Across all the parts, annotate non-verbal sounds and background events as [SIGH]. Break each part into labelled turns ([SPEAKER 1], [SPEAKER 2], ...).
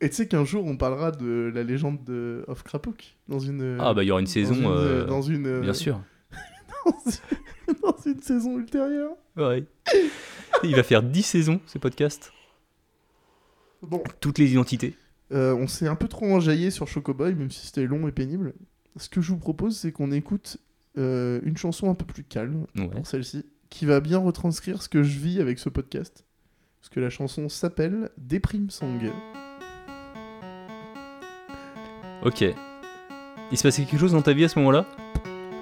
[SPEAKER 1] Et tu sais qu'un jour, on parlera de la légende de Of Krapuk dans une.
[SPEAKER 2] Ah, bah, il y aura une
[SPEAKER 1] dans
[SPEAKER 2] saison.
[SPEAKER 1] une,
[SPEAKER 2] euh,
[SPEAKER 1] dans une. euh, [LAUGHS]
[SPEAKER 2] Bien sûr.
[SPEAKER 1] dans une saison ultérieure.
[SPEAKER 2] Ouais. [LAUGHS] il va faire 10 saisons, ce podcast.
[SPEAKER 1] Bon,
[SPEAKER 2] Toutes les identités.
[SPEAKER 1] euh, on s'est un peu trop enjaillé sur Chocoboy, même si c'était long et pénible. Ce que je vous propose, c'est qu'on écoute euh, une chanson un peu plus calme,
[SPEAKER 2] Ouais.
[SPEAKER 1] pour celle-ci, qui va bien retranscrire ce que je vis avec ce podcast. Parce que la chanson s'appelle Déprime Song.
[SPEAKER 2] Ok. Il se passait quelque chose dans ta vie à ce moment-là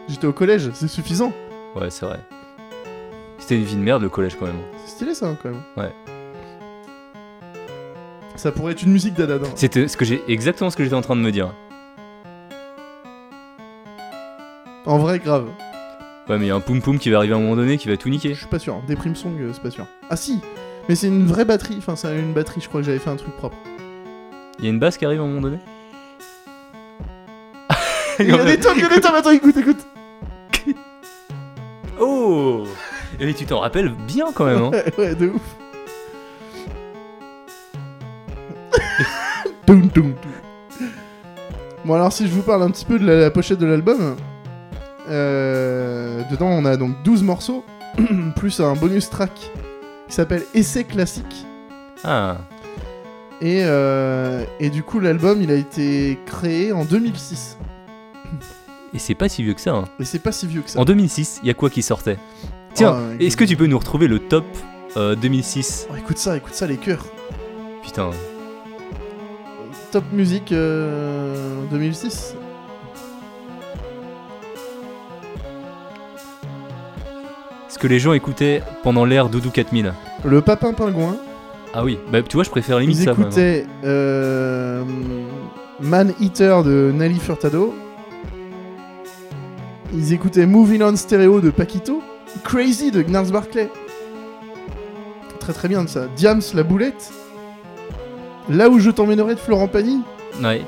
[SPEAKER 1] J'étais au collège, c'est suffisant.
[SPEAKER 2] Ouais, c'est vrai. C'était une vie de merde, le collège, quand même.
[SPEAKER 1] C'est stylé ça hein, quand même.
[SPEAKER 2] Ouais.
[SPEAKER 1] Ça pourrait être une musique d'Adadin.
[SPEAKER 2] C'était ce que j'ai exactement ce que j'étais en train de me dire.
[SPEAKER 1] En vrai, grave.
[SPEAKER 2] Ouais, mais il y a un poum poum qui va arriver à un moment donné qui va tout
[SPEAKER 1] Je
[SPEAKER 2] niquer.
[SPEAKER 1] suis pas sûr. Déprime Song, euh, c'est pas sûr. Ah si Mais c'est une vraie batterie. Enfin, c'est une batterie, je crois que j'avais fait un truc propre.
[SPEAKER 2] Il y a une basse qui arrive à un moment donné.
[SPEAKER 1] [LAUGHS] Il y a des tomes, il y a des tomes. Attends, écoute, écoute. [LAUGHS]
[SPEAKER 2] [LAUGHS] Oh Et tu t'en rappelles bien quand même, hein
[SPEAKER 1] Ouais, ouais, de ouf. Toum, toum, toum. Bon, alors si je vous parle un petit peu de la, la pochette de l'album, euh, dedans on a donc 12 morceaux, [CLEARS THROAT] plus un bonus track qui s'appelle Essai classique.
[SPEAKER 2] Ah,
[SPEAKER 1] Et, euh, et du coup, l'album, il a été créé en 2006.
[SPEAKER 2] et c'est pas si vieux que ça. hein.
[SPEAKER 1] Et c'est pas si vieux que ça.
[SPEAKER 2] En 2006, il y a quoi qui sortait Tiens,
[SPEAKER 1] Oh,
[SPEAKER 2] est-ce que tu peux nous retrouver le top euh, 2006
[SPEAKER 1] Oh, écoute ça, écoute ça, les chœurs.
[SPEAKER 2] Putain,
[SPEAKER 1] Top Music euh, 2006.
[SPEAKER 2] ce que les gens écoutaient pendant l'ère Doudou 4000.
[SPEAKER 1] Le Papin Pingouin.
[SPEAKER 2] Ah oui, bah tu vois, je préfère limite
[SPEAKER 1] Ils
[SPEAKER 2] ça. vraiment.
[SPEAKER 1] écoutaient euh, Man Eater de Nelly Furtado. Ils écoutaient Moving On Stereo de Paquito. Crazy de Gnarls Barclay. Très très bien ça. Diams, la boulette. Là où je t'emmènerai de Florent Pagny.
[SPEAKER 2] Ouais.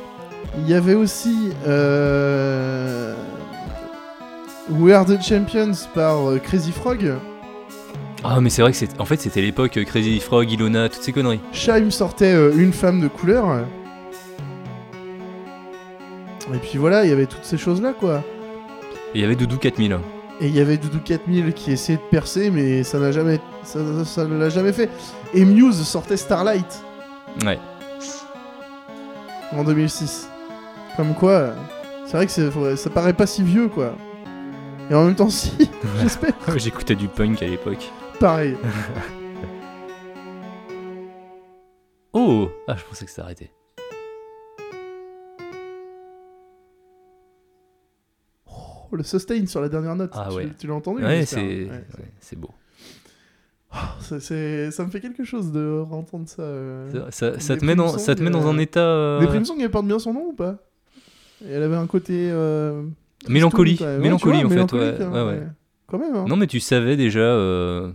[SPEAKER 1] Il y avait aussi euh, We Are the Champions par euh, Crazy Frog.
[SPEAKER 2] Ah, mais c'est vrai que c'est. En fait, c'était l'époque euh, Crazy Frog, Ilona, toutes ces conneries.
[SPEAKER 1] Shaim sortait euh, Une femme de couleur. Et puis voilà, il y avait toutes ces choses-là quoi.
[SPEAKER 2] Et il y avait Doudou 4000.
[SPEAKER 1] Et il y avait Doudou 4000 qui essayait de percer, mais ça n'a jamais, ça, ça- ça ne l'a jamais fait. Et Muse sortait Starlight [LAUGHS]
[SPEAKER 2] Ouais.
[SPEAKER 1] en 2006. Comme quoi, euh, c'est vrai que c'est- ça paraît pas si vieux quoi. Et en même temps, [LAUGHS] si, j'espère.
[SPEAKER 2] J'écoutais du punk à l'époque.
[SPEAKER 1] Pareil.
[SPEAKER 2] Oh Ah, je pensais que c'était arrêté.
[SPEAKER 1] Oh, le sustain sur la dernière note.
[SPEAKER 2] Ah
[SPEAKER 1] tu,
[SPEAKER 2] ouais.
[SPEAKER 1] tu l'as entendu
[SPEAKER 2] Ouais,
[SPEAKER 1] j'espère.
[SPEAKER 2] c'est.
[SPEAKER 1] Ouais.
[SPEAKER 2] ouais, c'est beau.
[SPEAKER 1] Ça, c'est- ça me fait quelque chose de entendre ça. euh.
[SPEAKER 2] Ça, ça- ça te,
[SPEAKER 1] Déprime
[SPEAKER 2] met dans,
[SPEAKER 1] Song,
[SPEAKER 2] ça te met dans
[SPEAKER 1] euh,
[SPEAKER 2] un état. euh,
[SPEAKER 1] Déprime Song, elle porte bien son nom ou pas Et Elle avait un côté. euh, tristoun,
[SPEAKER 2] Mélancolie.
[SPEAKER 1] quand même. Ouais,
[SPEAKER 2] Mélancolie,
[SPEAKER 1] tu vois,
[SPEAKER 2] en fait, ouais.
[SPEAKER 1] mélancolique, hein,
[SPEAKER 2] Ouais, ouais.
[SPEAKER 1] Quand même, hein.
[SPEAKER 2] Non, mais tu savais déjà, euh,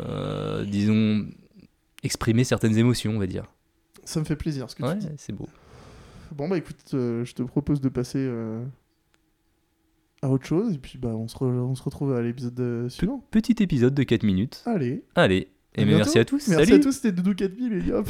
[SPEAKER 2] euh, disons, exprimer certaines émotions, on va dire.
[SPEAKER 1] ça me fait plaisir. Ce que tu
[SPEAKER 2] Ouais,
[SPEAKER 1] dis.
[SPEAKER 2] c'est beau.
[SPEAKER 1] Bon, bah écoute, euh, je te propose de passer euh, à autre chose et puis bah, on, se re- on se retrouve à l'épisode euh, suivant.
[SPEAKER 2] Petit épisode de 4 minutes.
[SPEAKER 1] Allez,
[SPEAKER 2] Allez,
[SPEAKER 1] À
[SPEAKER 2] et mais
[SPEAKER 1] bientôt.
[SPEAKER 2] merci à tous.
[SPEAKER 1] merci
[SPEAKER 2] Salut
[SPEAKER 1] à tous, c'était Doudou 4000 et hop.